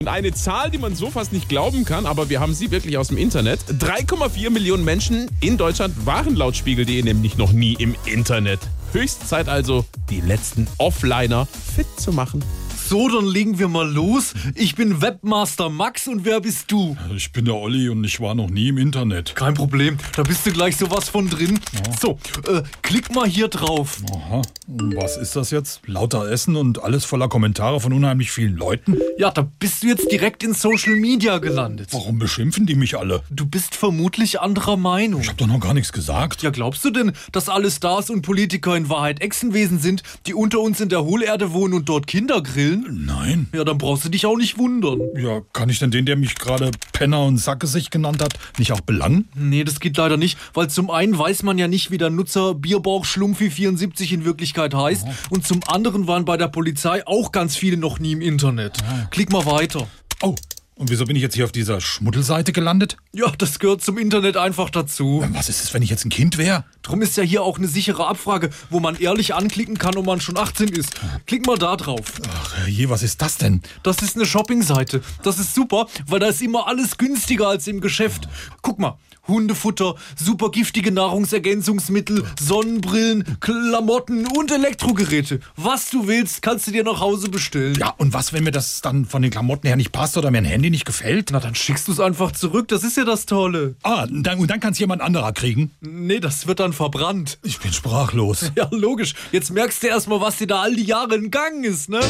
Und eine Zahl, die man so fast nicht glauben kann, aber wir haben sie wirklich aus dem Internet. 3,4 Millionen Menschen in Deutschland waren laut Spiegel.de nämlich noch nie im Internet. Höchstzeit also, die letzten Offliner fit zu machen. So, dann legen wir mal los. Ich bin Webmaster Max und wer bist du? Ich bin der Olli und ich war noch nie im Internet. Kein Problem, da bist du gleich sowas von drin. So, äh, klick mal hier drauf. Aha. Was ist das jetzt? Lauter Essen und alles voller Kommentare von unheimlich vielen Leuten? Ja, da bist du jetzt direkt in Social Media gelandet. Warum beschimpfen die mich alle? Du bist vermutlich anderer Meinung. Ich hab doch noch gar nichts gesagt. Ja, glaubst du denn, dass alle Stars und Politiker in Wahrheit Echsenwesen sind, die unter uns in der Hohlerde wohnen und dort Kinder grillen? Nein. Ja, dann brauchst du dich auch nicht wundern. Ja, kann ich denn den, der mich gerade Penner und Sackgesicht genannt hat, nicht auch belangen? Nee, das geht leider nicht, weil zum einen weiß man ja nicht, wie der Nutzer Bierbauch Schlumpfi 74 in Wirklichkeit heißt und zum anderen waren bei der Polizei auch ganz viele noch nie im Internet. Klick mal weiter. Oh, und wieso bin ich jetzt hier auf dieser Schmuddelseite gelandet? Ja, das gehört zum Internet einfach dazu. Was ist es, wenn ich jetzt ein Kind wäre? Drum ist ja hier auch eine sichere Abfrage, wo man ehrlich anklicken kann, ob man schon 18 ist. Klick mal da drauf. Ach, je, was ist das denn? Das ist eine Shoppingseite. Das ist super, weil da ist immer alles günstiger als im Geschäft. Guck mal. Hundefutter, super giftige Nahrungsergänzungsmittel, Sonnenbrillen, Klamotten und Elektrogeräte. Was du willst, kannst du dir nach Hause bestellen. Ja, und was, wenn mir das dann von den Klamotten her nicht passt oder mir ein Handy nicht gefällt? Na, dann schickst du es einfach zurück, das ist ja das Tolle. Ah, dann, und dann kann es jemand anderer kriegen. Nee, das wird dann verbrannt. Ich bin sprachlos. Ja, logisch. Jetzt merkst du erstmal, was dir da all die Jahre entgangen ist, ne?